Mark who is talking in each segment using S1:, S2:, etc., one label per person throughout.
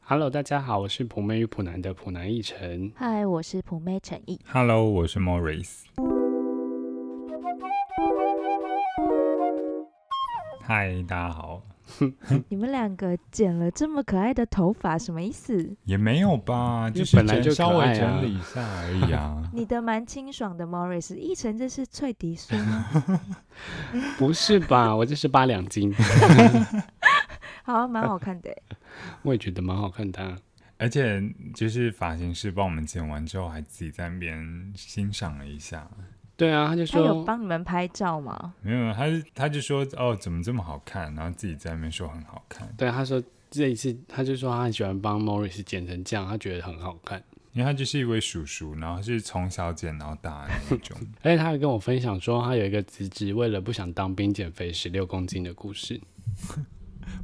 S1: Hello，大家好，我是普妹与普男的普男一晨。
S2: 嗨，我是普妹陈毅。
S3: Hello，我是 Morris。嗨，大家好。
S2: 你们两个剪了这么可爱的头发，什么意思？。
S3: 也没有吧，
S1: 因为
S3: 是
S1: 本来
S3: 整
S1: 就可
S3: 稍
S1: 爱啊
S3: 微整理一下而已啊
S2: 你的蛮清爽的，Morris。一晨这是脆迪酥吗？
S1: 不是吧？我这是八两金，
S2: 好啊，蛮好 看的欸。
S1: 我也觉得蛮好看的啊、
S3: 而且就是发型师帮我们剪完之后，还自己在那边欣赏了一下。
S1: 对啊，他就
S2: 他有
S1: 说，
S2: 帮你们拍照吗？
S3: 没有，他是他就说哦，怎么这么好看？然后自己在那边说很好看，
S1: 对，他说这一次，他就说他很喜欢帮 Morris 剪成这样，他觉得很好看。
S3: 因为他就是一位叔叔，然后是从小剪到大的那 种。
S1: 而且他还跟我分享说，他有一个辞职，为了不想当兵减肥十六公斤的故事。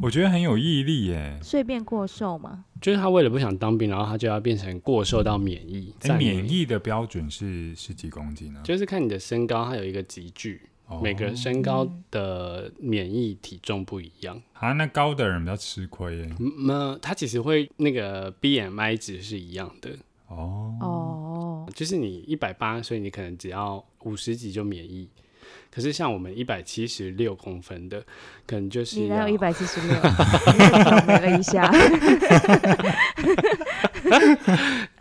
S3: 我觉得很有毅力耶。
S2: 睡变过瘦吗？
S1: 就是他为了不想当兵，然后他就要变成过瘦到免疫，
S3: 哎，免，疫的标准是是几公斤呢、
S1: 就是看你的身高，它有一个集距，
S3: 哦
S1: 每个身高的免疫体重不一样。
S3: 啊，那高的人比较吃亏耶。
S1: 那、嗯呃它其实会那个 BMI 值是一样的，
S3: 哦，
S2: 哦，
S1: 就是你一百八，所以你可能只要五十几就免疫。可是像我们一百七十六公分的，可能就是啊
S2: 你哪
S1: 要
S2: 有一百七十六？啊我没了 一下。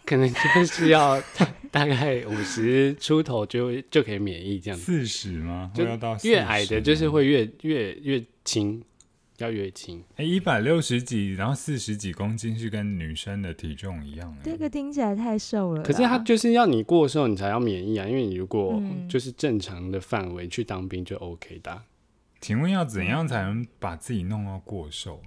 S1: 可能就是要大 概五十出头就就可以免疫这样子。
S3: 四十吗？
S1: 就
S3: 会要到40
S1: 越矮的就是会越越越轻，要越轻。
S3: 哎，一百六十几，然后四十几公斤是跟女生的体重一样
S2: 这
S3: 耶。
S2: 个听起来太瘦了啦。
S1: 可是他就是要你过瘦，你才要免疫啊，因为你如果
S2: 啊嗯
S1: 就是正常的范围去当兵就 OK 的啊、
S3: 请问要怎样才能把自己弄到过瘦？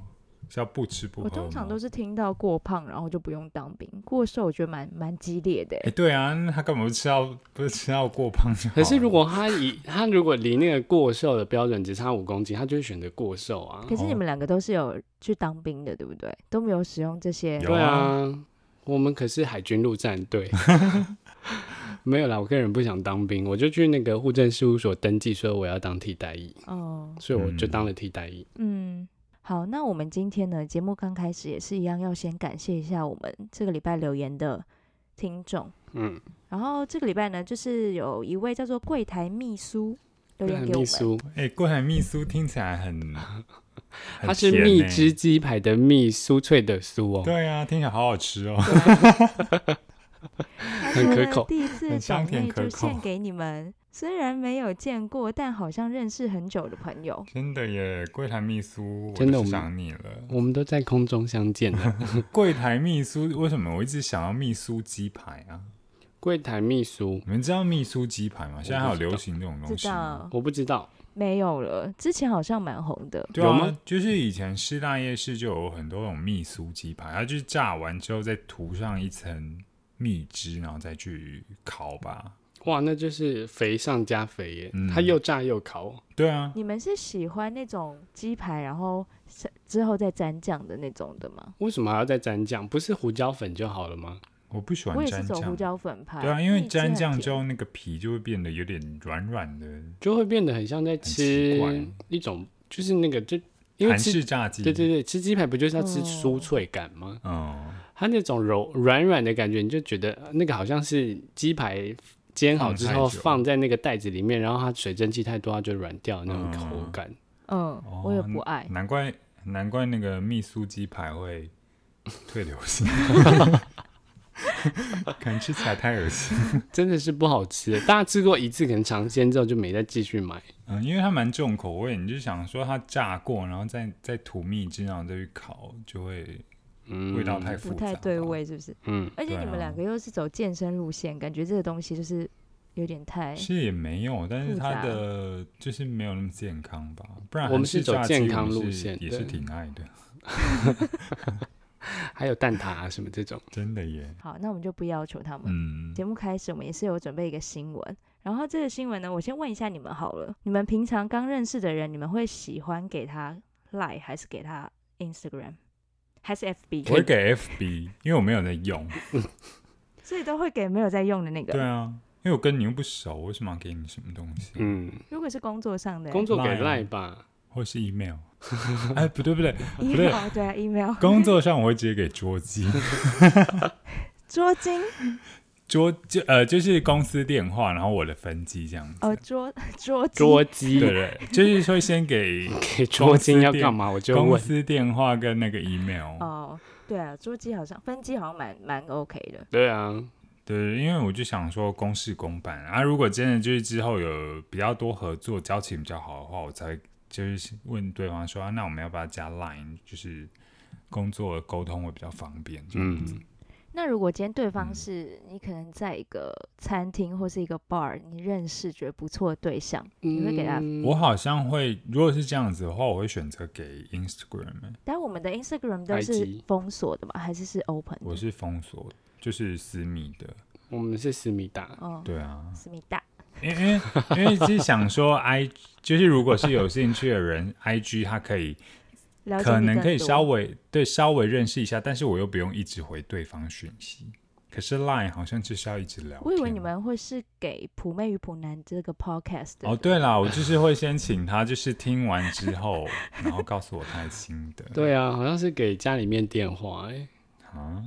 S3: 是要不吃不
S2: 我
S3: 喝吗？
S2: 通常都是听到过胖，然后就不用当兵。过瘦我觉得蛮蛮激烈的欸。
S3: 哎，对啊，那他干嘛不吃到不是吃到过胖就好
S1: 可
S3: 了？
S1: 是如果他以他如果离那个过瘦的标准只差五公斤，他就会选择过瘦啊。
S2: 可是你们两个都是有去当兵的，对不对？都没有使用这些
S3: 有
S1: 对啊，我们可是海军陆战 队。没有啦，我个人不想当兵，我就去那个户政事务所登记，说我要当替代役，
S2: 哦，
S1: 所以我就
S3: 嗯
S1: 当了替代役。
S2: 嗯，好，那我们今天呢，节目刚开始也是一样，要先感谢一下我们这个礼拜留言的听众。
S1: 嗯，
S2: 然后这个礼拜呢，就是有一位叫做柜台秘书留言
S1: 嗯
S2: 给我
S1: 啊秘
S2: 们，
S1: 书，
S3: 哎，桂海蜜酥听起来 很，很
S1: 它是
S3: 甜
S1: 蜜
S3: 耶
S1: 汁。鸡排的蜜，酥脆的酥哦。
S3: 对啊，听起来好好吃哦。
S2: 他
S1: 很
S2: 说
S1: 可
S2: 呢
S1: 口
S2: 第一次
S3: 很香
S2: 长
S3: 甜
S2: 辈
S3: 可
S2: 就献
S3: 口
S2: 给你们，虽然没有见过，但好像认识很久的朋友。
S3: 真的耶，柜台秘书，
S1: 真的
S3: 我
S1: 我们
S3: 就是想你了。
S1: 我们都在空中相见 了。
S3: 柜台秘书为什么我一直想要秘书鸡排啊？
S1: 柜台秘书，
S3: 你们知道秘书鸡排吗？现在还有流行这种东
S2: 知
S3: 西吗？
S2: 道
S1: 我不知道，
S2: 没有了，之前好像蛮红的。
S3: 对
S1: 有吗
S3: 啊，就是以前师大夜市就有很多种秘酥鸡排，它就是炸完之后再涂上一层蜜汁，然后再去烤吧。
S1: 哇，那就是肥上加肥耶，
S3: 嗯
S1: 它又炸又烤。
S3: 对啊，
S2: 你们是喜欢那种鸡排，然后是之后再蘸酱的那种的吗？
S1: 为什么还要再沾酱？不是胡椒粉就好了吗？
S3: 我不喜欢
S2: 我也是
S3: 沾
S2: 走胡
S3: 酱。
S2: 椒粉派。
S3: 对啊，因为
S2: 蜜汁
S3: 沾
S2: 很
S3: 酱
S2: 甜
S3: 之后，那个皮就会变得有点软软的。
S1: 就会变得很像在吃
S3: 很奇怪
S1: 一种，就是那个就因为
S3: 韩
S1: 吃
S3: 式炸鸡，
S1: 对对对，吃鸡排不就是要吃酥
S2: 哦
S1: 脆感吗？
S3: 嗯，
S1: 它那种柔软软的感觉，你就觉得呃那个好像是鸡排煎好
S3: 放
S1: 之
S3: 太
S1: 后
S3: 久
S1: 放在那个袋子里面，然后它水蒸气太多，它就软掉那种口
S3: 嗯
S1: 感。
S2: 嗯，
S3: 哦
S2: 我也不爱。
S3: 难怪难怪那个秘酥鸡排会退流 行，可能吃起来太恶心。
S1: 真的是不好吃。大家吃过一次，可能尝鲜之后就没再继续买。
S3: 嗯，因为它蛮重口味，你就想说它炸过，然后再再涂蜜汁，然后再去烤，就会
S1: 嗯，
S3: 味道太复
S2: 不
S3: 杂、
S2: 太
S3: 哦
S2: 对。味，是不是？
S1: 嗯，
S2: 而且你
S3: 对
S2: 们
S3: 啊
S2: 两个又是走健身路线，感觉这个东西就是有点太……
S3: 是也没有，但是
S2: 复杂
S3: 它的就是没有那么健康吧，不然
S1: 我们
S3: 韩
S1: 是
S3: 式
S1: 走
S3: 炸鸡
S1: 健康
S3: 我们
S1: 路
S3: 是
S1: 线
S3: 也
S1: 对
S3: 是挺爱的，
S1: 还有蛋挞啊什么这种。
S3: 真的耶。
S2: 好，那我们就不要求他们。
S3: 嗯，
S2: 节目开始，我们也是有准备一个新闻。然后这个新闻呢，我先问一下你们好了，你们平常刚认识的人，你们会喜欢给他 Line 还是给他 Instagram 还是 FB？
S3: 我会给 FB，因为我没有在 用。
S2: 啊所以都会给没有在用的那个。
S3: 对啊，因为我跟你又不熟，为什么要给你什么东西？
S1: 嗯，
S2: 如果是工作上的欸，
S1: 工作给
S3: Line 啊
S1: Line 吧。
S3: 或是 email？ 哎，不对不对，不对，
S2: email 对啊，email
S3: 工作上我会直接给捉 鸡，
S2: 捉金
S3: 捉就呃就是公司电话，然后我的分机这样子。
S2: 哦，捉 捉金
S1: 捉鸡
S3: 对，对，就是会先给
S1: 给捉金要干嘛？我就
S3: 公
S1: 问，
S3: 司电话跟那个 email。
S2: 哦，对啊，捉鸡好像分机好像蛮蛮 OK 的，
S1: 对啊，
S3: 对，因为我就想说公事公办啊，如果真的就是之后有比较多合作，交情比较好的话，我才会就是问对方说，啊、那我们要不要加 Line，就是工作沟通会比较方便。嗯，
S1: 嗯，
S2: 那如果今天对方
S3: 嗯
S2: 是、你可能在一个餐厅或是一个 bar，你认识觉得不错的对象，你会给他
S1: 嗯
S3: 我好像会，如果是这样子的话，我会选择给 Instagram，、欸、
S2: 但我们的 Instagram 都
S1: IG
S2: 是封锁的嘛，还是是 open
S3: 我
S2: 的？
S3: 是封锁，就是私密的。
S1: 我们是思密达，
S2: 哦，
S3: 对啊，
S2: 思密达
S3: 因为因为因为是想说 I，就是如果是有兴趣的人，IG 他可以
S2: 了解
S3: 可
S2: 你
S3: 能
S2: 更
S3: 可以
S2: 多
S3: 稍微对稍微认识一下，但是我又不用一直回对方讯息。可是 Line 好像就是要一直聊天。
S2: 我以为你们会是给普妹与普男这个 podcast 的
S3: 哦，对啦，我就是会先请他，就是听完之后， 然后告诉我他的心得。
S1: 对啊，好像是给家里面电话、欸，
S3: 啊，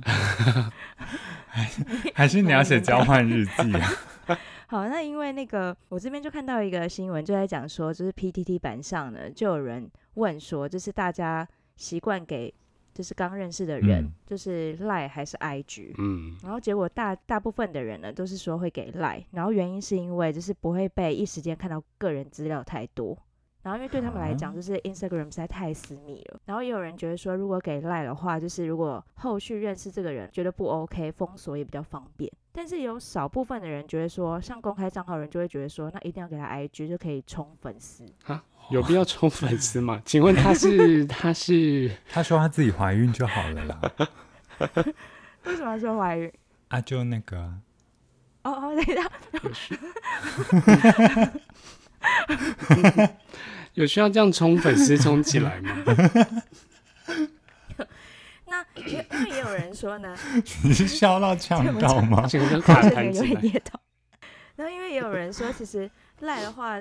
S3: 还还是你要写交换日记啊？
S2: 好，那因为那个我这边就看到一个新闻，就在讲说，就是 PTT 版上呢，就有人问说，就是大家习惯给就是刚认识的人，
S3: 嗯
S2: 就是赖还是 IG，、
S1: 嗯，
S2: 然后结果大大部分的人呢，都是说会给赖，然后原因是因为就是不会被一时间看到个人资料太多，然后因为对他们来讲，就是 Instagram 实在太私密了。然后也有人觉得说，如果给赖的话，就是如果后续认识这个人觉得不 OK，封锁也比较方便。但是有少部分的人觉得说，像公开账号的人就会觉得说，那一定要给他 IG 就可以冲粉丝。
S1: 有必要充粉丝吗？ 请问他 是他是
S3: 他说他自己怀孕就好了啦，
S2: 为什么要说怀孕？
S3: 啊，就那个啊
S2: 哦哦，对的，
S1: 有需要这样充粉丝充起来吗？
S2: 那也因为也有人说呢，
S3: 你是 笑到呛到吗？
S1: 这个叫
S2: 我
S1: 卡
S2: 整个
S1: 弹
S2: 有
S1: 起
S2: 点
S1: 来，
S2: 噎到。 然后因为也有人说，其实赖的话，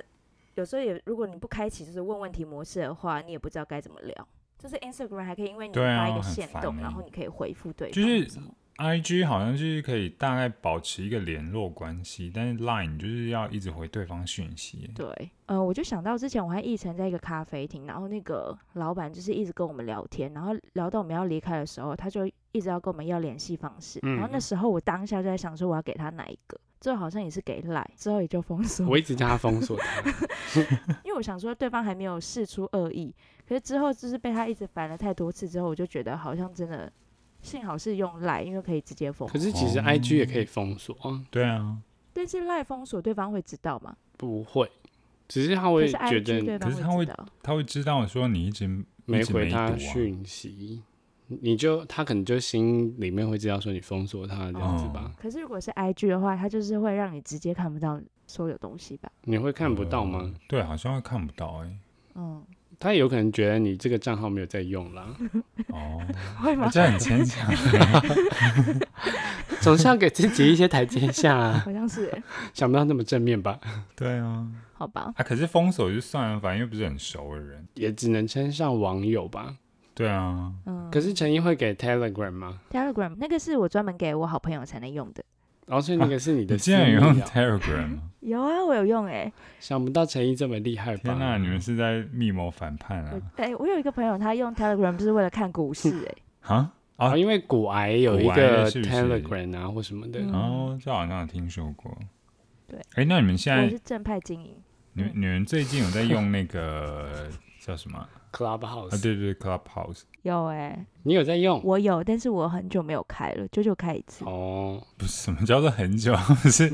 S2: 有时候也如果你不开启就是问问题模式的话，你也不知道该怎么聊。就是 Instagram 还可以因为你
S3: 对啊
S2: 发一个
S3: 很
S2: 限
S3: 烦
S2: 动，
S3: 欸
S2: 然后你可以回复对方
S3: 就
S2: 什么。
S3: 是 I G 好像就是可以大概保持一个联络关系，但是 Line 就是要一直回对方讯息。
S2: 对，呃，我就想到之前我和奕晨在一个咖啡厅，然后那个老板就是一直跟我们聊天，然后聊到我们要离开的时候，他就一直要跟我们要联系方式。然后那
S1: 嗯
S2: 时候我当下就在想说，我要给他哪一个？最后好像也是给赖，之后也就封锁。
S1: 我一直叫他封锁他，
S2: 因为我想说对方还没有试出恶意，可是之后就是被他一直烦了太多次之后，我就觉得好像真的幸好是用赖，因为可以直接封
S1: 可，是其实
S3: 哦
S1: IG 也可以封锁啊，
S3: 对啊，
S2: 但是赖封锁对方会知道吗？
S1: 不会，只是他
S2: 可
S1: 会
S2: 是
S1: 觉
S2: IG
S1: 得
S2: 对方
S3: 可是他会
S2: 知道，
S3: 他会知道说你一直
S1: 没
S3: 一直
S1: 回他
S3: 读啊
S1: 讯息，你就他可能就心里面会知道说你封锁他这样子吧，
S2: 可是如果是 IG 的话，他就是会让你直接看不到所有东西吧？
S3: 嗯
S1: 你会看不到吗？
S3: 呃对，好像会看不到哎、
S2: 嗯，
S1: 他有可能觉得你这个账号没有在用 啦，
S3: 哦，
S2: 会吗
S3: 啊？这很牵强。
S1: 总是要给自己一些台阶下、啊，
S2: 好像是欸，
S1: 想不到那么正面吧，
S3: 对啊，
S2: 好吧。
S3: 啊，可是封锁就算了，反正又不是很熟的人。
S1: 也只能称上网友吧。
S3: 对啊，
S2: 嗯，
S1: 可是陈毅会给 Telegram 啊吗？
S2: Telegram 那个是我专门给我好朋友才能用的。
S1: 然后哦所以那个是你
S3: 你
S1: 的私
S3: 竟
S1: 密
S3: 然有用
S1: 啊，
S3: Telegram？啊
S2: 有啊，我有用哎、
S1: 想不到陈毅这么厉害吧？
S3: 天哪、你们是在密谋反叛
S2: 我
S3: 啊？
S2: 哎、我有一个朋友，他用 Telegram 就是为了看股市哎、
S3: 啊？
S1: 啊，因为骨癌有一
S3: 骨癌
S1: 个
S3: 的是不是
S1: Telegram 啊或什么的，
S2: 嗯
S3: 哦，这好像有听说过。
S2: 对
S3: 哎、那你们 现
S2: 我
S3: 在
S2: 是正派经营。
S1: 嗯
S3: 你们你们最近有在用那 个叫什么啊？
S1: Clubhouse，、
S3: 对对，Clubhouse
S2: 有哎、
S1: 你有在用？
S2: 我有，但是我很久没有开了，久久开一次。
S1: 哦，
S3: 不是什么叫做很久，是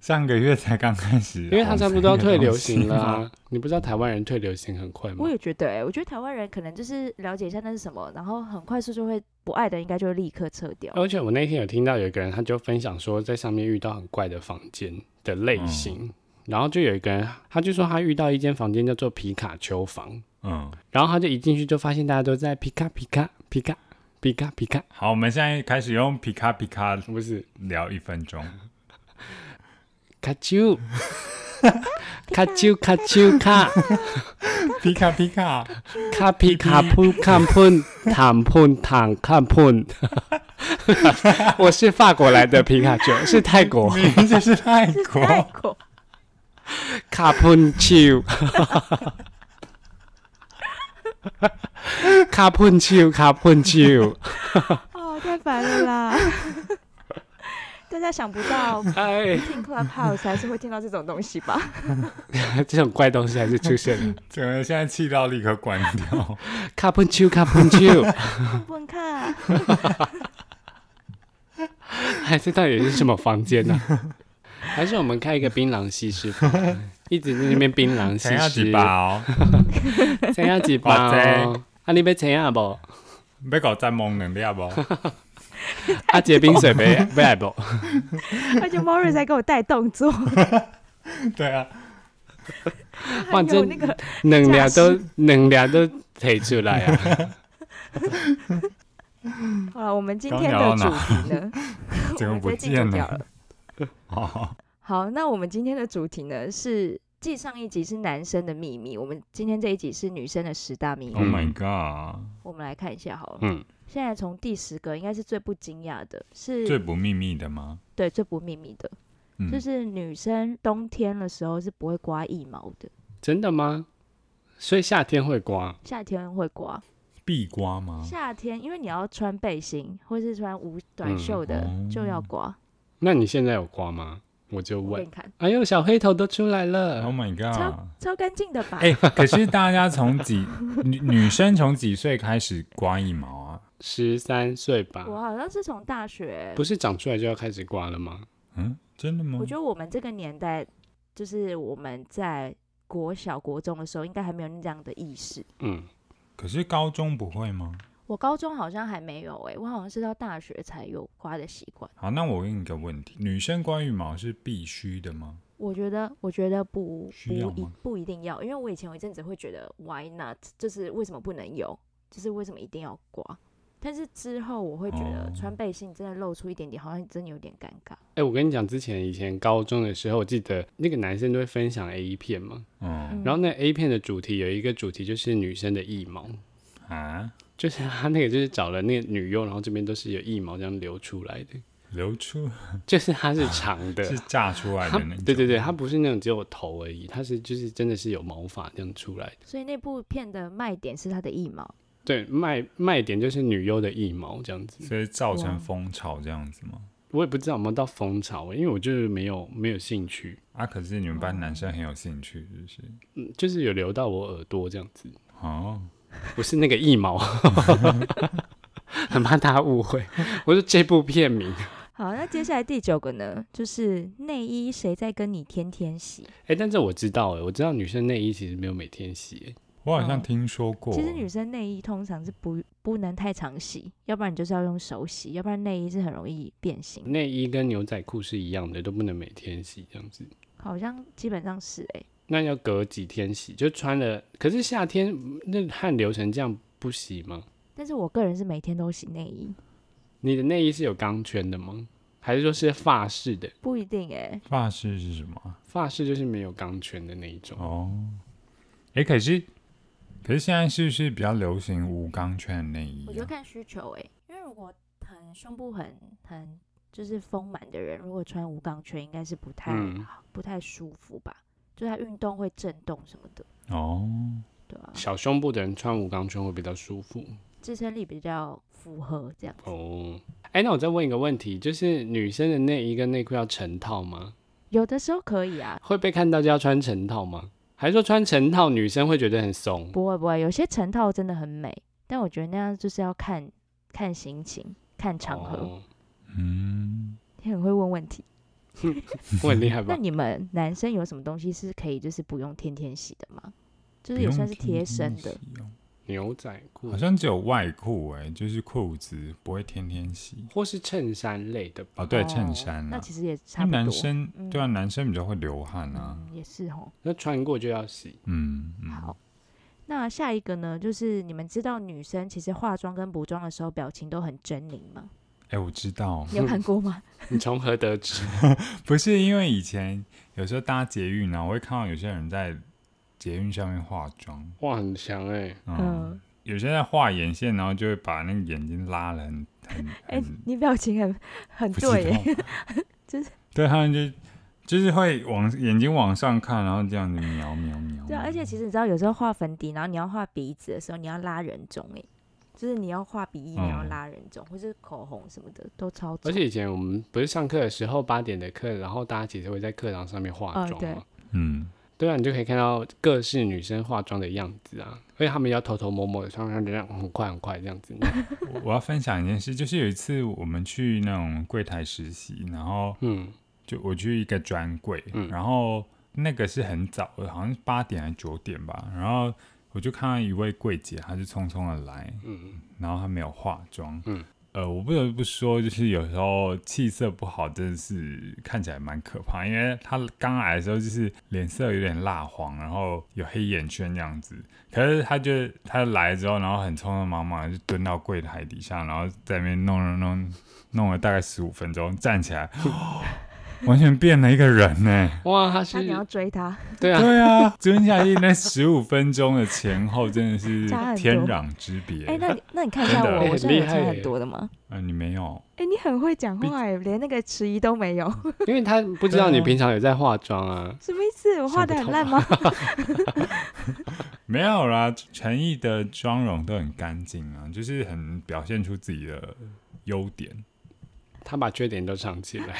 S3: 上个月才刚开始，
S1: 因为他差不多要退流行了、
S3: 啊。
S1: 啊，你不知道台湾人退流行很快吗
S2: 我？也觉得哎、我觉得台湾人可能就是了解一下那是什么，然后很快速就会不爱的，应该就会立刻撤掉。
S3: 哦
S1: 而且我那天有听到有一个人，他就分享说在上面遇到很怪的房间的类型，然后就有一个人，他就说他遇到一间房间叫做皮卡丘房，
S3: 嗯，
S1: 然后他就一进去就发现大家都在皮卡皮卡皮卡皮卡皮卡，
S3: 好，我们现在开始用皮卡皮卡
S1: 不是
S3: 聊一 分钟。
S1: 卡丘卡丘卡丘卡，
S3: 皮卡皮卡，
S1: 卡皮卡扑看喷坦喷坦看喷， 我是法国来的皮卡丘，是泰国
S3: 明明就是泰
S2: 是 泰
S3: 国，哦
S2: 国，
S1: 卡喷丘，卡喷丘卡喷丘，
S2: 哦，太烦了啦！ 大家想不到
S1: 哎，
S2: 听 Clubhouse 还是会听到这种东西吧？
S1: 这种怪东西还是出现了，
S3: 整个现在气到立刻关掉。
S1: 卡喷丘卡喷丘，
S2: 问问看，
S1: 哎，这到底是什么房间 呢、还是我们开一个槟榔西施 房，一直在那边槟榔 西
S3: 想要
S1: 施
S3: 几，包？
S1: 怎样几包
S3: 哇塞？
S1: 啊，你要怎样不？
S3: 要搞占蒙能 量不？
S1: 啊，这冰水杯杯 来不？
S2: 而且 Morris 还给我带动作，
S3: 对啊，
S2: 还
S1: 哇
S2: 有
S1: 真
S2: 那个
S1: 能量都能量都提出来 啊！
S2: 好了，我们今
S3: 刚
S2: 天
S3: 聊
S2: 的
S3: 到
S2: 主题呢，
S3: 怎么
S2: 我
S3: 不
S2: 们直接进
S3: 见
S2: 主角
S3: 了？哦，
S2: 好，那我们今天的主题呢是，继上一集是男生的秘密，我们今天这一集是女生的十大秘密。
S3: Oh my god！
S2: 我们来看一下好了，
S1: 嗯，
S2: 现在从第十个应该是最不惊讶的，是
S3: 最不秘密的吗？
S2: 对最不秘密的，
S3: 嗯
S2: 就，是女生冬天的时候是不会刮腋毛的，
S1: 真的吗？所以夏天会刮，
S2: 夏天会刮。
S3: 壁瓜吗？
S2: 夏天因为你要穿背心或是穿无短
S1: 嗯
S2: 袖的、
S3: 哦
S2: 就要刮。
S1: 那你现在有刮吗？我就
S2: 我给
S1: 问
S2: 你。看，
S1: 哎呦，小黑头都出来
S3: Oh
S1: 了，
S3: my god！
S2: 超干净的吧？
S3: 哎、可是大家从几 女女生从几岁开始刮腋毛啊？
S1: 十三岁吧？
S2: 我好像是从大学
S1: 不是长出来就要开始刮了吗？
S3: 嗯，真的吗
S2: 我？觉得我们这个年代，就是我们在国小、国中的时候，应该还没有那样的意识。
S1: 嗯，
S3: 可是高中不会吗？
S2: 我高中好像还没有诶、我好像是到大学才有刮的习惯。
S3: 好，那我问一个问题：女生刮羽毛是必须的吗？
S2: 我觉得，我觉得不不
S3: 需要
S2: 一
S3: 吗
S2: 不一定要，因为我以前有一阵子会觉得 why not，就是为什么不能有，就是为什么一定要刮。但是之后我会觉得
S3: 哦
S2: 穿背心真的露出一点点，好像真的有点尴尬。
S1: 哎、我跟你讲，之前以前高中的时候，我记得那个男生都会分享 A 片嘛，
S3: 嗯
S2: 嗯
S1: 然后那 A 片的主题有一个主题就是女生的腋毛，
S3: 啊，
S1: 就是他那个就是找了那个女优，然后这边都是有腋毛这样流出来的，
S3: 流出
S1: 就是它是长的，
S3: 是炸出来
S1: 它
S3: 的那
S1: 啊
S3: 种。
S1: 对对对，它不是那种只有头而已，它是就是真的是有毛发这样出来的。
S2: 所以那部片的卖点是它的腋毛，
S1: 对，卖卖点就是女优的腋毛这样子。
S3: 所以造成
S2: 哇
S3: 风潮这样子吗？
S1: 我也不知道有没有到风潮，因为我就是没有没有兴趣，
S3: 啊，可是你们班男生很有兴趣，是不是？
S1: 嗯，就是有流到我耳朵这样子，
S3: 哦，
S1: 不是那个腋毛， 很怕大家误会。我说这部片名，
S2: 好，那接下来第九个呢，就是内衣谁在跟你天天洗？
S1: 哎、但是我知道哎，我知道女生内衣其实没有每天洗欸，
S3: 我好像
S2: 嗯
S3: 听说过。
S2: 其实女生内衣通常是不不能太常洗，要不然你就是要用手洗，要不然内衣是很容易变形。
S1: 内衣跟牛仔裤是一样的，都不能每天洗这样子。
S2: 好像基本上是哎、
S1: 那要隔几天洗，就穿了。可是夏天嗯那汗流成这样不洗吗？
S2: 但是我个人是每天都洗内衣，
S1: 你的内衣是有钢圈的吗？还是说是发式的？
S2: 不一定哎、
S3: 发饰是什么啊？
S1: 发式就是没有钢圈的那一种。
S3: 哦，哎、可是可是现在是不是比较流行无钢圈内衣、
S2: 我觉得
S3: 啊？
S2: 看需求哎、因为如果很胸部很很就是丰满的人，如果穿无钢圈应该是不太、
S1: 嗯
S2: 不太舒服吧，就他运动会震动什么的，
S3: 哦，
S2: 对啊，
S1: 小胸部的人穿无钢圈会比较舒服
S2: 支撑力比较符合这样子。
S1: 哦。哎、那我再问一个问题，就是女生的内衣跟内裤要成套吗？
S2: 有的时候可以啊，
S1: 会被看到就要穿成套吗？还是说穿成套女生会觉得很怂？
S2: 不会不会，有些成套真的很美，但我觉得那样就是要看看心情、看场合。
S1: 哦
S3: 嗯，
S2: 你很会问问题。
S1: 我很厉害
S2: 那
S1: 吧？
S2: 你们男生有什么东西是可以就是不用天天洗的吗？就是
S3: 不
S2: 也
S3: 用
S2: 算是
S3: 天
S2: 贴
S3: 天
S2: 身
S3: 洗
S2: 的，
S3: 哦
S1: 牛仔裤
S3: 好像只有外裤哎、就是裤子不会天天洗。
S1: 或是衬衫类的吧？
S3: 哦，对，
S2: 哦
S3: 衬衫
S2: 那
S3: 啊，
S2: 其实也
S3: 因
S2: 差
S3: 为
S2: 不多。
S3: 男生、
S2: 嗯
S3: 对啊，男生比较会流汗啊。
S2: 嗯，也是哦。
S1: 那穿过就要洗。
S3: 嗯嗯，
S2: 好，那下一个呢，就是你们知道女生其实化妆跟补妆的时候表情都很狰狞吗？
S3: 哎、我知道，
S2: 你有看过吗？
S1: 你从何得知？
S3: 不是因为以前有时候搭捷运呢、啊，我会看到有些人在捷运上面化妆，
S1: 哇，很强哎、
S3: 嗯，
S2: 嗯，
S3: 有些在画眼线，然后就会把那个眼睛拉得很很
S2: 哎、
S3: 很
S2: 你表情很很
S3: 不
S2: 对
S3: 知
S2: 耶，
S3: 道，
S2: 就是
S3: 对他们就就是会往眼睛往上看，然后这样子瞄瞄瞄。
S2: 对啊，而且其实你知道，有时候画粉底，然后你要画鼻子的时候，你要拉人中哎，就是你要画鼻翼，你要
S3: 嗯
S2: 拉人中，或是口红什么的都超重。
S1: 而且以前我们不是上课的时候八点的课，然后大家其实会在课堂上面化
S2: 哦
S1: 妆
S2: 对
S1: 嘛。
S3: 嗯，
S1: 对啊，你就可以看到各式女生化妆的样子啊，而且她们要偷偷摸摸的，上上这样很快很快这样子。
S3: 我我要分享一件事，就是有一次我们去那种柜台实习，然后
S1: 嗯，
S3: 就我去一个专柜，
S1: 嗯
S3: 然后那个是很早的，好像是八点还是九点吧，然后我就看到一位柜姐，她就匆匆的来，
S1: 嗯，
S3: 然后她没有化妆，
S1: 嗯，
S3: 呃，我不得不说，就是有时候气色不好，真的是看起来蛮可怕，因为她刚来的时候就是脸色有点蜡黄，然后有黑眼圈这样子，可是她就她来之后，然后很匆匆忙忙地就蹲到柜台底下，然后在那边弄弄弄弄了大概十五分钟，站起来， 完全变了一个人呢、
S1: 哇，她
S2: 那
S1: 是
S2: 你要追他，
S1: 对啊，
S3: 对啊，蹲下去那十五分钟的前后真的是
S2: 差很多
S3: 天壤之别。
S2: 哎、那你那你看一下
S3: 真的
S2: 我，
S3: 哎
S2: 我
S1: 很
S2: 是有
S1: 厉害
S2: 差很
S1: 耶
S2: 多的吗？
S3: 呃，你没有，
S2: 哎、你很会讲
S3: 毕
S2: 话哎，连那个迟疑都没有，
S1: 因为她不知道你平常有在化妆啊。
S2: 什么意思？我
S1: 想
S2: 画
S1: 不
S2: 的很
S1: 通啊
S2: 烂吗？
S3: 没有啦，陈毅的妆容都很干净啊，就是很表现出自己的优点。
S1: 她把缺点都藏起 来，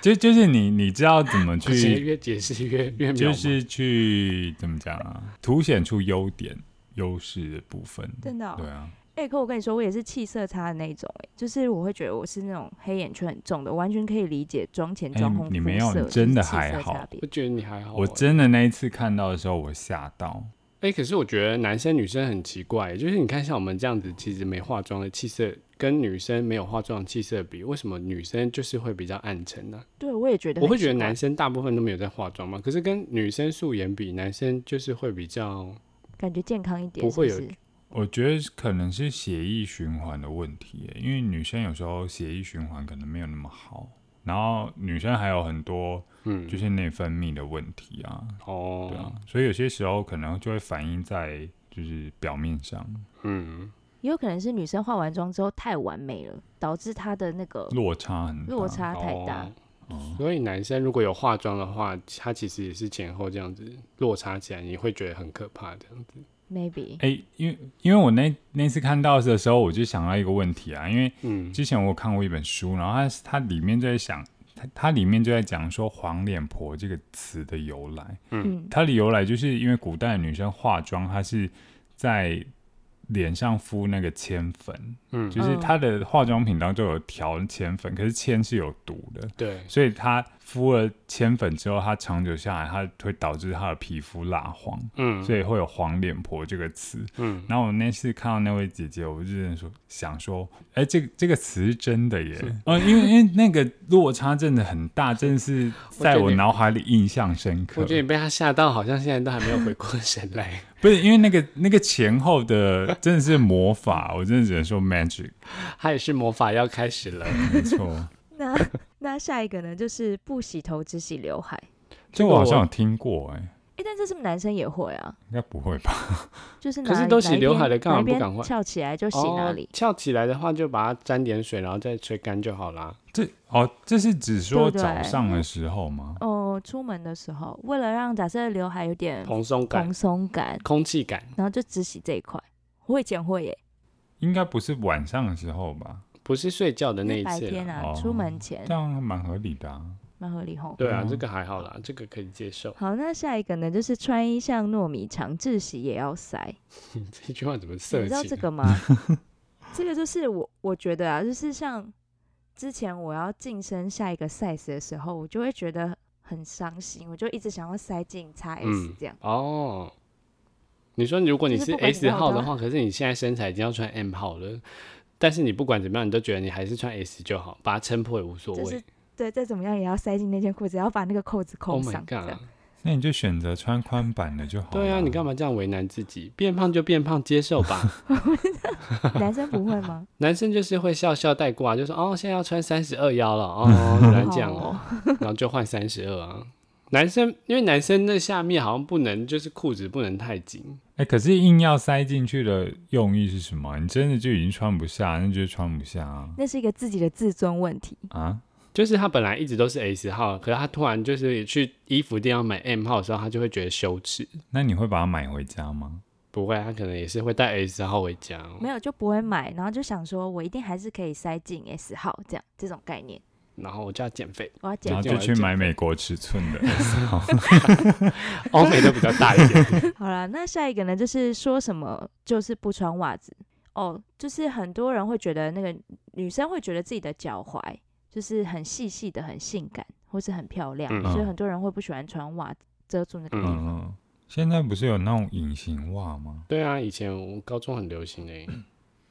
S3: 就就是你，你知道怎么
S1: 不行
S3: 去，
S1: 越解释越越渺茫
S3: 啊就是去怎么讲啊，凸显出优点、优势的部分。
S2: 真 的哦
S3: 对啊，
S2: 哎、可我跟你说，我也是气色差的那种、哎，就是我会觉得我是那种黑眼圈很重的，完全可以理解妆前
S3: 哎
S2: 妆后、
S3: 你没有你真的还好
S1: 我觉得你还好啊、
S3: 我真的那一次看到的时候，我吓到。
S1: 哎、可是我觉得男生女生很奇怪，就是你看像我们这样子，其实没化妆的气色跟女生没有化妆的气色比，为什么女生就是会比较暗沉呢、
S2: 对，我也觉得，
S1: 我会觉得男，生大部分都没有在化妆嘛，可是跟女生素颜比，男生就是会比较
S2: 感觉健康一点，
S1: 不会
S2: 是
S1: 有
S2: 是
S3: 我觉得可能是血液循环的问题耶，因为女生有时候血液循环可能没有那么好，然后女生还有很多
S1: 嗯，
S3: 就是内分泌的问题啊，对啊
S1: 哦，，
S3: 所以有些时候可能就会反映在就是表面上
S1: 嗯，
S2: 也有可能是女生化完妆之后太完美了，导致她的那个
S3: 落差很大
S2: 落差太大。
S1: 哦所以男生如果有化妆的话，他其实也是前后这样子落差起来，你会觉得很可怕这样子。
S2: maybe，
S3: 哎、因为因为我那那次看到的时候，我就想到一个问题啊，因为
S1: 嗯，
S3: 之前我有看过一本书，然后它它里面就在想，它它里面就在讲说“黄脸婆”这个词的由来。
S2: 嗯，
S3: 它的由来就是因为古代的女生化妆，她是在脸上敷那个铅粉，
S1: 嗯
S3: 就是她的化妆品当中有调铅粉，可是铅是有毒的，
S1: 对，
S3: 所以她敷了铅粉之后，她长久下来，她会导致她的皮肤蜡黄，
S1: 嗯，
S3: 所以会有黄脸婆这个词。
S1: 嗯，
S3: 然后我那次看到那位姐姐，我就真的说想说，哎、这个这个词是真的耶，哦、因为因为那个落差真的很大，真的是在
S1: 我觉
S3: 我
S1: 得
S3: 脑海里印象深刻。
S1: 我觉得你被他吓到，好像现在都还没有回过神来。
S3: 不是因为那个那个前后的 真的是魔法，我真的只能说 magic，
S1: 他也是魔法要开始了。
S3: 没错。
S2: 那那下一个呢，就是不洗头只洗刘海。
S3: 这
S1: 个
S3: 我好
S1: 我
S3: 像有听过、哎，
S2: 哎、但这是不是男生也会啊？
S3: 应该不会吧？
S2: 就是
S1: 可是
S2: 哪
S1: 都
S2: 哪
S1: 洗
S2: 一
S1: 刘
S2: 边
S1: 海了干
S2: 哪
S1: 嘛
S2: 一
S1: 不
S2: 边
S1: 赶快
S2: 翘起来就洗哪
S1: 哦
S2: 里？
S1: 翘起来的话，就把它沾点水，然后再吹干就好啦。
S3: 这哦，这是只说
S2: 对对
S3: 早上的时候吗？
S2: 哦、出门的时候，为了让假设刘海有点
S1: 蓬松感
S2: 嗯蓬、松感，
S1: 空气感，
S2: 然后就只洗这一块。我以前会耶，
S3: 应该不是晚上的时候吧？
S1: 不是睡觉的
S2: 因
S1: 那
S2: 为
S1: 一
S2: 白
S1: 次
S2: 天
S1: 啦。
S2: 啊，
S3: 哦
S2: 出门前
S3: 这样还蛮合理的啊。
S2: 蛮合理吼。
S1: 对啊，
S3: 嗯
S1: 这个还好啦，这个可以接受。
S2: 好，那下一个呢，就是穿衣像糯米肠，自洗也要塞。
S1: 这句话怎么色
S2: 你知道这
S1: 情？
S2: 个吗？ 这个就是我我觉得啊，就是像之前我要晋升下一个 size 的时候，我就会觉得很伤心，我就一直想要塞进 x S
S1: 嗯
S2: 这样。
S1: 哦，你说如果你
S2: 就是
S1: 是
S2: 不管怎
S1: S
S2: 么样
S1: 号
S2: 我都
S1: 的话，可是你现在身材已经要穿 M 号了，但是你不管怎么样，你都觉得你还是穿 S 就好，把它撑破也无所
S2: 就是
S1: 谓。
S2: 对，再怎么样也要塞进那件裤子，然后把那个扣子扣
S1: Oh my
S2: 上。这
S1: god！
S2: 样
S3: 那你就选择穿宽版的就好了。
S1: 对啊，你干
S3: 嘛？
S1: 嘛这样为难自己？变胖就变胖，接受吧。
S2: 男生不会 吗？
S1: 男生就是会笑笑带哦
S2: 哦
S1: 过啊，就说哦，现在要穿三十二腰了，哦，原来这样哦，然后就换三十二啊，男生因为男生那下面好像不能，就是裤子不能太紧，
S3: 哎、可是硬要塞进去的用意是什么？你真的就已经穿不下，那就是穿不下啊！
S2: 那是一个自己的自尊问题。
S3: 啊
S1: 就是他本来一直都是 S 号，可是他突然就是去衣服店要买 M 号的时候，他就会觉得羞耻。
S3: 那你会把它买回家吗？
S1: 不会，他可能也是会带 S 号回家。哦
S2: 没有就不会买，然后就想说我一定还是可以塞进 S 号这样这种概念，
S1: 然后我就要减肥，
S2: 我要
S3: 然
S2: 减
S3: 后
S1: 解
S2: 重
S3: 就
S1: 决
S3: 去买美国尺寸的 S 号，
S1: 欧美都比较大一点。
S2: 好了，那下一个呢，就是说什么就是不穿袜子哦，就是很多人会觉得那个女生会觉得自己的脚踝就是很细细的，很性感或是很漂亮，
S1: 嗯
S2: 所以
S3: 嗯
S2: 很多人会不喜欢穿袜子遮住那个地方。
S3: 嗯嗯。现在不是有那种隐形袜吗？
S1: 对啊，以前我高中很流行诶、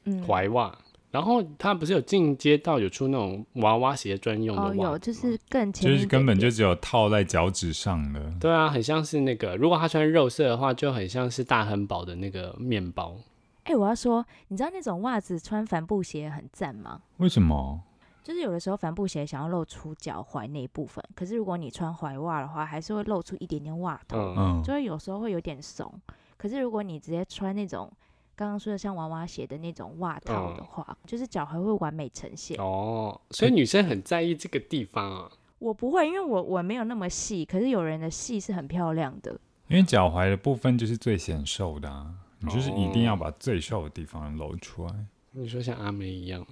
S2: 嗯，
S1: 踝袜，然后他不是有进阶到有出那种娃娃鞋专用的袜
S2: 哦
S1: 子吗、
S2: 有，就是更前
S3: 就
S2: 面一
S3: 是
S2: 点
S3: 根本就
S2: 点
S3: 只有套在脚趾上的。
S1: 对啊，很像是那个，如果他穿肉色的话，就很像是大亨堡的那个面包。
S2: 哎、我要说，你知道那种袜子穿帆布鞋很赞吗？
S3: 为什么？
S2: 就是有的时候帆布鞋想要露出脚踝那一部分，可是如果你穿踝袜的话，还是会露出一点点袜头。
S1: 嗯，
S3: 嗯
S2: 就会有时候会有点怂。可是如果你直接穿那种刚刚说的像娃娃鞋的那种袜套的
S1: 嗯
S2: 话，就是脚踝会完美呈现。
S1: 哦，所以女生很在意这个地方啊。
S2: 我不会，因为我我没有那么细，可是有人的细是很漂亮的。
S3: 因为脚踝的部分就是最显瘦的、啊，你就是一定要把最瘦的地方露出来。
S1: 你说像阿梅一样，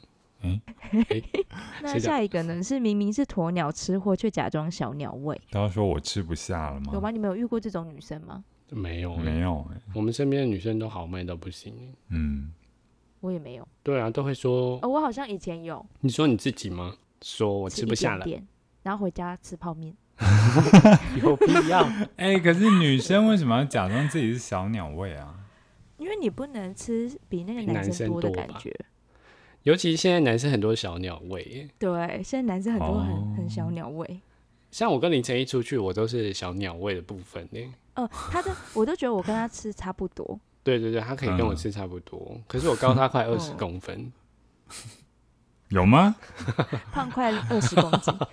S2: 那
S1: 谁讲
S2: 下 一个呢？是明明是鸵鸟吃货，却假装小鸟胃，
S3: 他、要说我吃不下了
S2: 有
S3: 吗？
S2: 吗？你们有遇过这种女生吗？
S1: 没有、欸，
S3: 没有、欸，
S1: 我们身边的女生都好卖到不行欸、
S3: 嗯，
S2: 我也没有，
S1: 对啊，都会说，
S2: 哦，我好像以前有，
S1: 你说你自己吗？说我吃
S2: 一
S1: 不下
S2: 点
S1: 了，
S2: 点，然后回家吃泡面。
S1: 有必要？
S3: 哎、可是女生为什么要假装自己是小鸟胃啊？
S2: 因为你不能吃比那个
S1: 比
S2: 男
S1: 男
S2: 生
S1: 生
S2: 多的
S1: 多
S2: 感
S1: 吧
S2: 觉，
S1: 尤其现在男生很多小鸟胃欸，
S2: 对，现在男生很多很、很小
S3: 哦
S2: 鸟胃，
S1: 像我跟林晨一出去，我都是小鸟胃的部分欸呢、
S2: 呃，他的我都觉得我跟他吃差不多，
S1: 对对对，他可以跟我
S3: 嗯
S1: 吃差不多，可是我高他快二十
S2: 哦
S1: 公分，
S3: 有吗？
S2: 胖快二十公斤。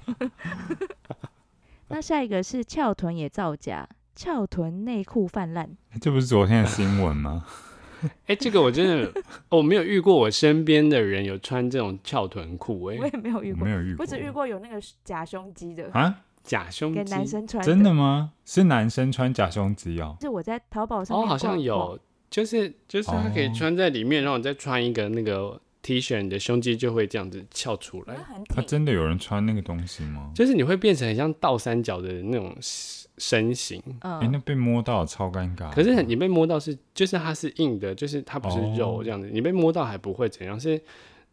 S2: 那下一个是翘臀也造假，翘臀内裤泛滥。
S3: 这不是昨天的新闻吗？
S1: 哎、这个我真的哦我没有遇过，我身边的人有穿这种翘臀裤、
S2: 我
S1: 哎，
S2: 也没有遇
S3: 我
S2: 过
S3: 没，有遇过，
S2: 我只遇过有那个假胸肌的，
S3: 啊，
S1: 假胸
S2: 给
S1: 肌，
S2: 男生穿
S3: 真的。吗？是男生穿假胸肌哦。
S2: 就我在淘宝上
S1: 哦，
S2: 面
S1: 好像
S2: 逛
S1: 有，就是就是它可以
S3: 哦
S1: 穿在里面，然后你再穿一个那个 T 恤，你的胸肌就会这样子翘出
S2: 逛，
S1: 来啊
S2: 那，很
S3: 他、
S2: 挺。
S3: 真的有人穿那个东西吗？
S1: 就是你会变成很像倒三角的那种身形。
S3: 哎、那
S2: 嗯，
S3: 被摸到超尴尬。
S1: 可是你被摸到是，就是它是硬的，就是它不是肉
S3: 哦
S1: 这样子，你被摸到还不会怎样，是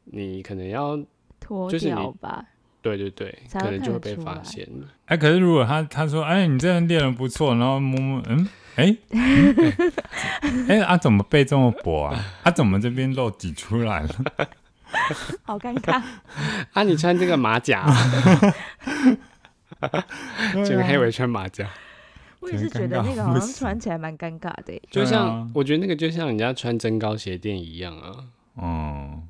S1: 你可能要
S2: 脱
S1: 就是你
S2: 掉吧。
S1: 对对对，
S2: 才
S1: 可
S2: 会
S1: 能
S2: 看
S1: 就
S2: 得
S1: 会被
S2: 出
S1: 发
S2: 来
S1: 现。
S3: 哎、可是如果他他说，哎、你这人练的不错，然后摸摸，嗯，哎、 嗯哎、哎啊，怎么背这么薄啊？啊，怎么这边肉挤出来了？
S2: 好尴尬。
S1: 啊，你穿这个马甲， 这个黑尾穿马甲，
S2: 我也是觉得那个好像穿起来蛮尴尬的耶。
S1: 就
S3: 对
S1: 像、
S3: 啊
S1: 我觉得那个就像人家穿增高鞋垫一样啊，
S3: 嗯，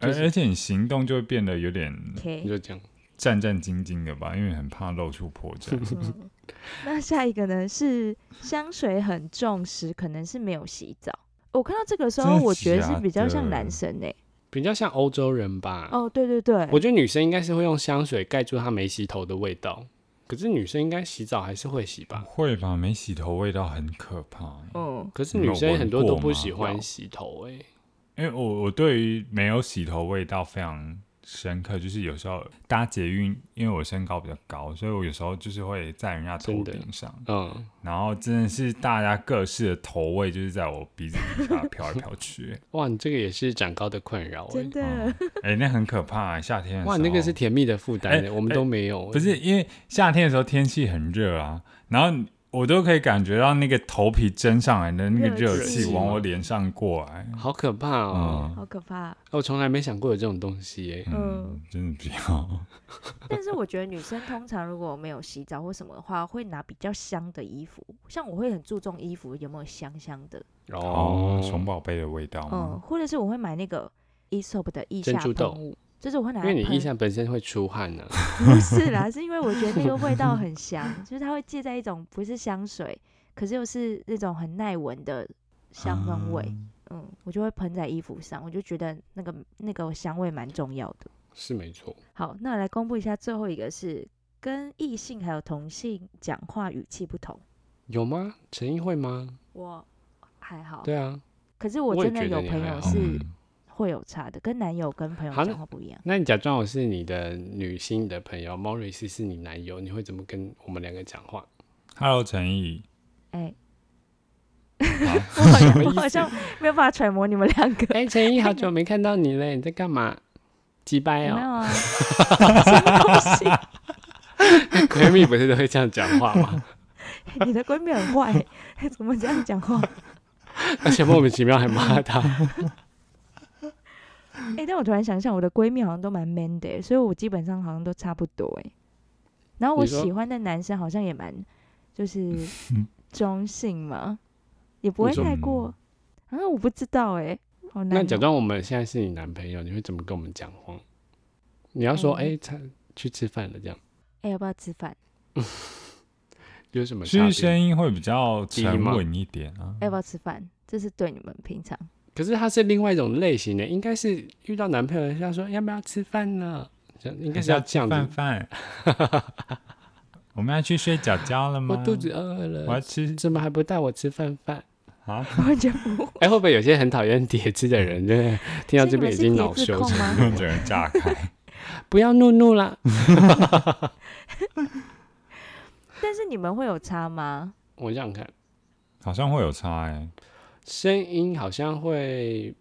S3: 而、
S1: 就是
S3: 而且你行动就会变得有点
S2: OK，
S1: 你就这样。
S3: 战战兢兢的吧，因为很怕露出破 绽。
S2: 嗯，那下一个呢是香水很重时，可能是没有洗澡。我看到这个时候，
S3: 真的
S2: 我觉得是
S3: 假
S2: 比较像
S3: 的
S2: 男生呢、欸
S1: 比较像欧洲人吧。
S2: 哦，对对对，
S1: 我觉得女生应该是会用香水盖住她没洗头的味道，可是女生应该洗澡还是会洗吧？
S3: 会吧？没洗头味道很可怕、
S2: 嗯，
S1: 可是
S3: 你有
S1: 女生
S3: 闻
S1: 很多都
S3: 过
S1: 不
S3: 吗
S1: 喜欢
S2: 有
S1: 洗头、欸，
S3: 因为我我对于没有洗头味道非常深刻，就是有时候搭捷运，因为我身高比较高，所以我有时候就是会在人家头
S1: 真的
S3: 顶上。
S1: 嗯，
S3: 然后真的是大家各式的头味，就是在我鼻子 底下飘来飘去。
S1: 哇，你这个也是长高的困扰、欸，
S2: 真的、
S3: 嗯哎、那很可怕、夏天的时候
S1: 哇，那个是甜蜜的负担、欸，
S3: 哎
S1: 我们
S3: 哎
S1: 都没有、欸
S3: 不是因为夏天的时候天气很热啊？然后我都可以感觉到那个头皮蒸上来的那个
S2: 热
S3: 热气
S1: 气
S3: 往
S1: 吗
S3: 我脸上过来。
S1: 好可怕哦、
S3: 嗯
S2: 好 可怕。
S1: 我从来没想过有这种东西、欸，
S2: 嗯
S3: 嗯，真的不要。
S2: 但是我觉得女生通常如果没有洗澡或什么的话，会拿比较香的衣服，像我会很注重衣服有没有香香的，
S3: 哦，熊宝贝的味道
S2: 嗯，
S3: 吗？
S2: 或者是我会买那个 Aesop 的腋
S1: 珍
S2: 下
S1: 珠
S2: 喷
S1: 豆
S2: 雾，就是我会拿
S1: 因
S2: 来
S1: 为你
S2: 喷
S1: 腋下本身会出汗呢、啊。
S2: 不是啦，是因为我觉得那个味 道很香，就是它会借在一种不是香水，可是又是那种很耐闻的香氛味。
S1: 啊
S2: 嗯，我就会喷在衣服上，我就觉得那个那个香味蛮重要的。
S1: 是没错，
S2: 好，那来公布一下最后一个是跟异性还有同性讲话语气不同。
S1: 有吗？陈毅会吗？
S2: 我还好，
S1: 对啊，
S2: 可是我
S1: 我也
S2: 真
S1: 觉
S2: 的
S1: 得
S2: 有
S1: 你
S2: 朋
S1: 还
S2: 友
S1: 好
S2: 哦是
S3: 嗯
S2: 会有差的，跟男友跟朋友
S1: 好那
S2: 讲话不一样。
S1: 那你假装我是你的女性的朋友，Morris 是你男友，你会怎么跟我们两个讲话？
S3: Hello，陈毅，
S2: 哎、
S3: 好
S2: 我好像我好像没有办法揣摩你们两个。
S1: 哎、陈毅，好久没看到你嘞，你在干嘛？鸡掰
S2: 没有
S1: 哦，
S2: 啊，什么东西？
S1: 闺蜜不是都会这样讲话吗？
S2: 你的闺蜜很坏 欸、怎么这样讲话？
S1: 而且莫名其妙还骂她。
S2: 哎、但我突然想想，我的闺蜜好像都蛮 man 的欸、所以我基本上好像都差不多哎、然后我
S1: 你说
S2: 喜欢的男生好像也蛮就是 中性嘛，也不会
S1: 你说
S2: 太过。啊，我不知道哎、好难 哦、
S1: 那假装我们现在是你男朋友，你会怎么跟我们讲话？你要说，哎、
S2: 嗯
S1: 他去吃饭了，这样
S2: 哎、要不要吃饭？
S1: 嗯有什么
S3: 所
S1: 差
S3: 以
S1: 别？
S3: 声音会比较
S1: 低吗
S3: 沉稳一点啊。
S2: 哎要不要吃饭？这是对你们平常
S1: 可是他是另外一种类型的，应该是遇到男朋友要说要不要吃饭呢？这样应该是要这样
S3: 范
S1: 子。
S3: 范，我们要去睡觉觉了
S1: 我
S3: 吗？
S1: 肚子，饿
S3: 我要
S1: 了，
S3: 吃
S1: 怎么还不带我吃饭饭？
S3: 啊！
S2: 我就不会。
S1: 哎、会不会有些很讨厌叠字的人，就是听到
S2: 所以
S1: 这边
S2: 你们
S1: 已
S2: 是
S1: 经
S2: 叠
S1: 恼
S2: 字
S1: 羞
S2: 控
S1: 了？
S2: 吗？
S3: 整个人炸开。
S1: 不要怒怒啦！
S2: 但是你们会有差吗？
S1: 我想想看，
S3: 好像会有差哎、
S1: 声音好像会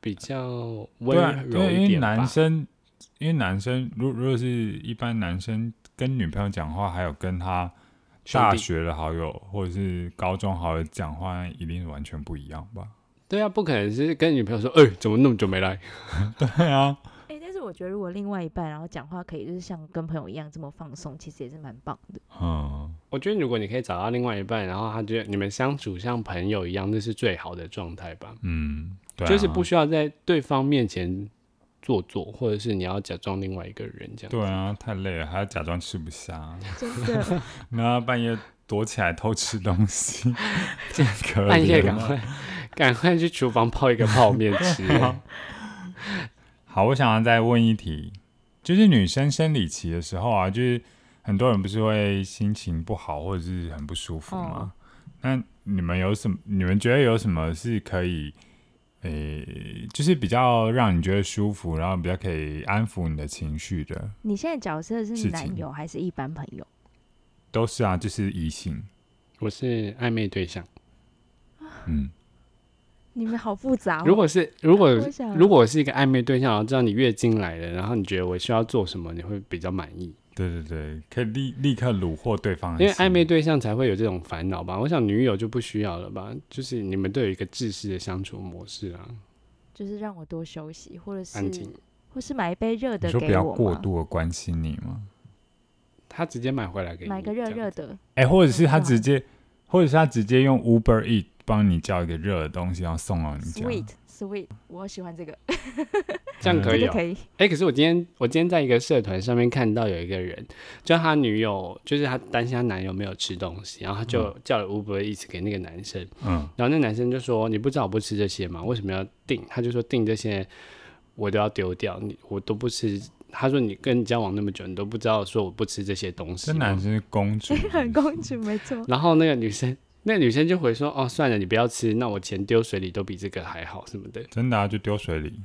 S1: 比较
S3: 对啊，
S1: 温柔
S3: 对，因
S1: 一
S3: 为
S1: 点
S3: 男
S1: 吧。
S3: 生，因为男生，如如果是一般男生跟女朋友讲话，还有跟他
S1: 兄
S3: 大
S1: 弟
S3: 学的好友或者是高中好友讲话，一定是完全不一样 吧？
S1: 对啊，不可能是跟女朋友说，哎、怎么那么久没来？
S3: 对啊，
S2: 哎、但是我觉得如果另外一半然后讲话可以就是像跟朋友一样这么放松，其实也是蛮棒的。
S3: 嗯，
S1: 我觉得如果你可以找到另外一半，然后他觉得你们相处像朋友一样，那是最好的状态吧。
S3: 嗯，对、啊，
S1: 就是不需要在对方面前做作，或者是你要假装另外一个人这样。
S3: 对啊，太累了，还要假装吃不下，
S2: 真的，
S3: 然后半夜躲起来偷吃东 西，这样可
S1: 半夜
S3: 怜
S1: 赶
S3: 啊了
S1: 快赶快去厨房泡一个泡面 吃。
S3: 好，我想要再问一题，就是女生生理期的时候啊，就是很多人不是会心情不好或者是很不舒服
S1: 哦
S3: 吗？那你们有什么？你们觉得有什么是可以，呃、就是比较让你觉得舒服，然后比较可以安抚你的情绪的？
S2: 你现在角色
S3: 事
S2: 是男
S3: 情
S2: 友还是一般朋友？
S3: 都是啊，就是异性，
S1: 我是暧昧对象，
S3: 嗯，
S2: 你们好复杂、哦。
S1: 如果是如果
S2: 我想
S1: 如果我是一个暧昧对象，然后知道你月经来了，然后你觉得我需要做什么，你会比较满意，
S3: 对对对，可以立立刻虏获对方的
S1: 因
S3: 心，
S1: 为暧昧对象才会有这种烦恼吧。我想女友就不需要了吧，就是你们都有一个自私的相处模式啊，
S2: 就是让我多休息，或者
S1: 安静
S2: 是。或是买一杯热的
S3: 你说不
S2: 给
S3: 要
S2: 我
S3: 过
S2: 嘛，
S3: 度的关心你吗？
S1: 他直接买回来给你，
S2: 买个热
S1: 这样
S2: 热的。
S3: 哎、或者是他
S2: 嗯
S3: 直接，或者是他直接用 Uber Eat 帮你叫一个热的东西，然后送到你家。
S2: Sweet sweet，我喜欢这个，
S1: 这样可
S2: 这
S1: 以
S2: 个
S1: 哦、
S2: 可以。
S1: 哎、可是我今天我今天在一个社团上面看到有一个人，就他女友，就是他担心他男友没有吃东西，然后他就叫了 Uber Eats 给那个男生，
S3: 嗯，
S1: 然后那男生就说：“你不知道我不吃这些吗？为什么要订？”他就说：“订这些我都要丢掉，你我都不吃。”他说：“你跟你交往那么久，你都不知道说我不吃这些东西
S3: 这。”男生是公主
S2: 哎、，很公主，没 错。
S1: 然后那个女生，那个女生就回说：“哦，算了，你不要吃，那我钱丢水里都比这个还好什么的。
S3: 真的啊，就丢水里，”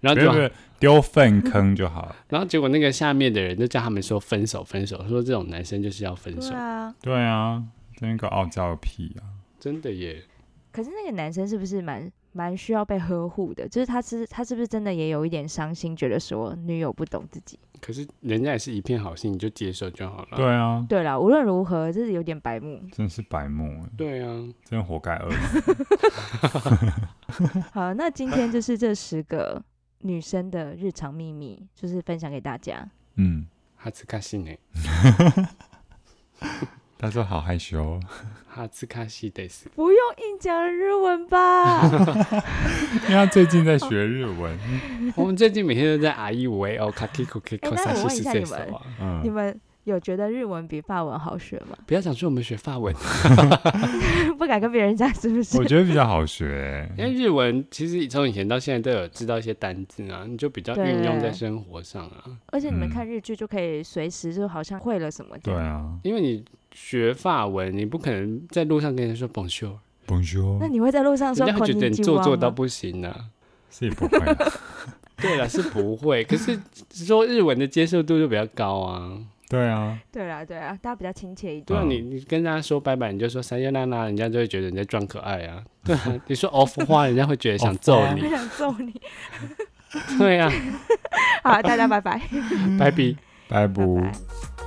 S1: 然
S3: 不
S1: 后结
S3: 是
S1: 果
S3: 不，是丢粪坑就好了。
S1: 然后结果那个下面的人就叫他们说分手，分手，说这种男生就是要分
S2: 对
S1: 手，
S2: 啊，
S3: 对啊，真个傲娇个屁啊！
S1: 真的耶。
S2: 可是那个男生是不是蛮蛮需要被呵护的？就是他是他是不是真的也有一点伤心，觉得说女友不懂自己？
S1: 可是人家也是一片好心，你就接受就好了。
S3: 对啊，
S2: 对啦，无论如何，这是有点白目。
S3: 真是白目欸，
S1: 对啊，
S3: 真活该饿死。
S2: 好，那今天就是这十个女生的日常秘密，就是分享给大家。
S3: 嗯，
S1: 哈斯卡西呢？
S3: 他说好害羞哦，
S1: 哈兹卡西得斯，
S2: 不用硬讲日文 吧？
S3: 因为他最近在学日文。
S1: 我们最近每天都在啊一五 A 哦，卡 K 库 K
S2: 哎
S1: 库
S2: 那
S1: 萨西
S2: 我问一
S1: 是
S2: 下
S1: 这
S2: 你
S1: 首
S2: 们
S1: 啊。
S2: 你
S3: 嗯，
S2: 们有觉得日文比法文好学吗？
S1: 不要讲说我们学法文，
S2: 不敢跟别人讲，是不是
S3: 我？觉得比较好学欸
S1: 因为日文其实从以前到现在都有知道一些单字啊，你就比较
S2: 对
S1: 运用在生活上啊。
S2: 而且你们
S3: 嗯
S2: 看日剧就可以随时就好像会了什么这
S3: 对
S2: 样。
S3: 啊
S1: 因为你学法文，你不可能在路上跟人家说 Bonjour，
S2: 那
S3: ，Bonjour，
S2: 你会在路上
S1: 人
S2: 说
S1: 家会觉得你
S2: “konnichiwa”
S1: 做作
S2: 吗
S1: 到不行啊。
S3: 是也不会啊。
S1: 对了，是不会，可是说日文的接受度就比较高啊。
S3: 对啊，
S2: 对啦，对啦，大家比较亲切一
S1: 对
S2: 点。
S1: 啊，
S3: 嗯
S1: 你你跟大家说拜拜，你就说三月娜娜，人家就会觉得你在装可爱啊。对啊，你说 off 花，人家会觉得想揍
S3: off 花
S2: 我
S1: 你。
S2: 想揍你！
S1: 对啊，
S2: 好，大家拜拜。
S1: 拜比。
S3: 拜
S2: 拜
S3: 拜
S2: 拜。